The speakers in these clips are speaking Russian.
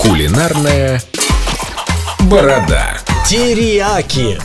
кулинарная борода. Терияки.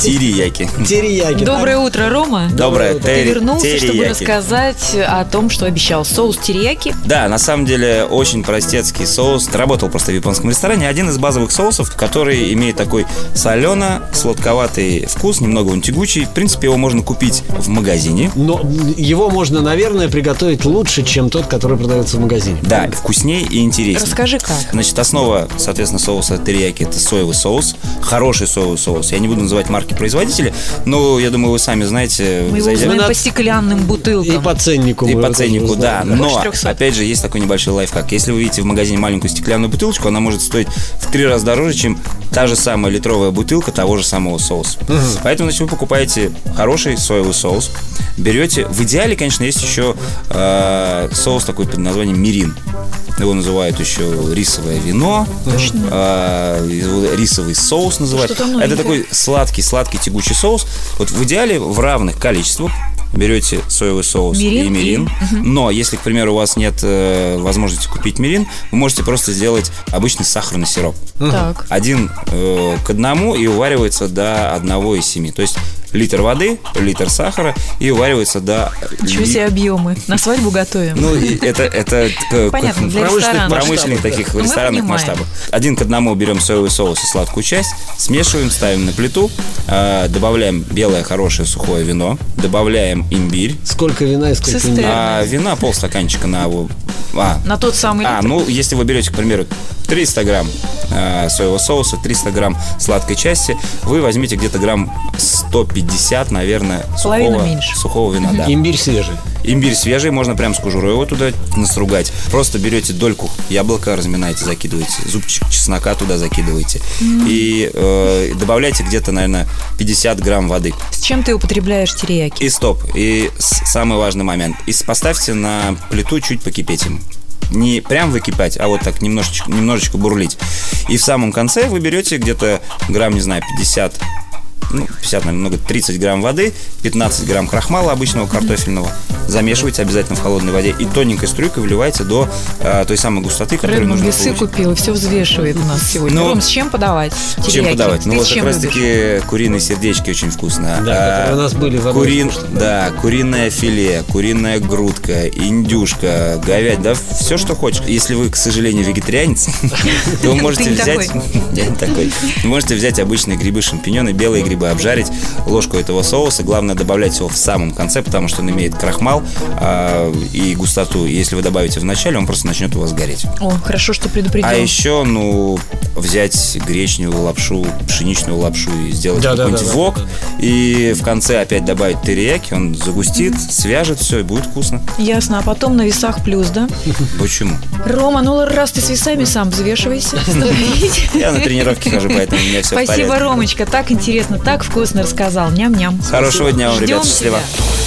Тирияки. Терияки. Доброе утро, Рома. Доброе Ты тери- вернулся, чтобы терияки. рассказать о том, что обещал. Соус терияки. Да, на самом деле очень простецкий соус. Работал просто в японском ресторане. Один из базовых соусов, который имеет такой солено-сладковатый вкус, немного он тягучий. В принципе, его можно купить в магазине. Но его можно, наверное, приготовить лучше, чем тот, который продается в магазине. Да, вкуснее и интереснее. Расскажи как. Значит, основа, соответственно, соуса терияки – это соевый соус, хороший соевый соус. Я не буду называть марки производителя, но я думаю, вы сами знаете. Мы его зайдя- узнаем надо- по стеклянным И бутылкам. по ценнику. И мы по тоже ценнику, да. узнаем. Но, Больше 300. опять же, есть такой небольшой лайфхак. Если вы видите в магазине маленькую стеклянную бутылочку, она может стоить в три раза дороже, чем та же самая литровая бутылка того же самого соуса. Поэтому, значит, вы покупаете хороший соевый соус, берете... В идеале, конечно, есть еще э, соус такой под названием мирин. Его называют еще рисовое вино, э, его рисовый соус называют. Что-то Это новенькое. такой сладкий, сладкий тягучий соус. Вот в идеале в равных количествах берете соевый соус Мирин и мирин. Но если, к примеру, у вас нет э, возможности купить мирин, вы можете просто сделать обычный сахарный сироп. Так. Один э, к одному и уваривается до 1,7. То есть литр воды, литр сахара и уваривается до... Ничего ли- себе объемы. На свадьбу готовим. Ну, и это, это к- к- Понятно, для промышленных, ресторанов. Ну, промышленных Масштабов, да. таких Мы ресторанных понимаем. масштабах. Один к одному берем соевый соус и сладкую часть, смешиваем, ставим на плиту, э, добавляем белое хорошее сухое вино, добавляем имбирь, Сколько вина и сколько Цистерна. нет. а вина полстаканчика на... во- А, На тот самый а, литр. ну, если вы берете, к примеру, 300 грамм э, соевого соуса, 300 грамм сладкой части, вы возьмите где-то грамм 150, наверное, Половину сухого, меньше. сухого вина. Да. Имбирь свежий. Имбирь свежий, можно прям с кожурой его туда настругать. Просто берете дольку яблока, разминаете, закидываете, зубчик чеснока туда закидываете. И э, добавляете где-то, наверное, 50 грамм воды. С чем ты употребляешь терияки? И стоп. И с- самый важный момент. И с- поставьте на плиту чуть покипеть им. Не прям выкипать, а вот так немножечко, немножечко бурлить. И в самом конце вы берете где-то грамм, не знаю, 50 ну, 50, наверное, много, 30 грамм воды, 15 грамм крахмала обычного картофельного. Замешивайте обязательно в холодной воде и тоненькой струйкой вливайте до э, той самой густоты, которую Рыбу нужно весы получить. купил и все взвешивает у нас сегодня. Ну, Ром, с чем подавать? С Чем терияки? подавать? Ты Ну, с вот как чем любишь? раз-таки куриные сердечки очень вкусно. А, Да, которые у нас были в одной курин, кухне. да, куриное филе, куриная грудка, индюшка, говядь, да, все, что хочешь. Если вы, к сожалению, вегетарианец, то вы можете Ты не взять... такой. Я не такой. Вы можете взять обычные грибы, шампиньоны, белые грибы, обжарить ложку этого соуса. Главное добавлять его в самом конце, потому что он имеет крахмал а, и густоту. И Если вы добавите в начале, он просто начнет у вас гореть. О, хорошо, что предупредил. А еще, ну, взять гречневую лапшу, пшеничную лапшу и сделать Да, да, какой-нибудь да, да, вок. да, И в конце опять добавить терияки, он загустит, свяжет все и будет вкусно. Ясно, а потом на весах плюс, да? Почему? Рома, ну раз ты с весами сам взвешивайся. становись. Я на тренировке хожу, поэтому у меня все в Спасибо, порядке. Ромочка, так интересно, так вкусно рассказал. Ням-ням. Хорошего дня вам, Ждем ребят. Счастливо. тебя.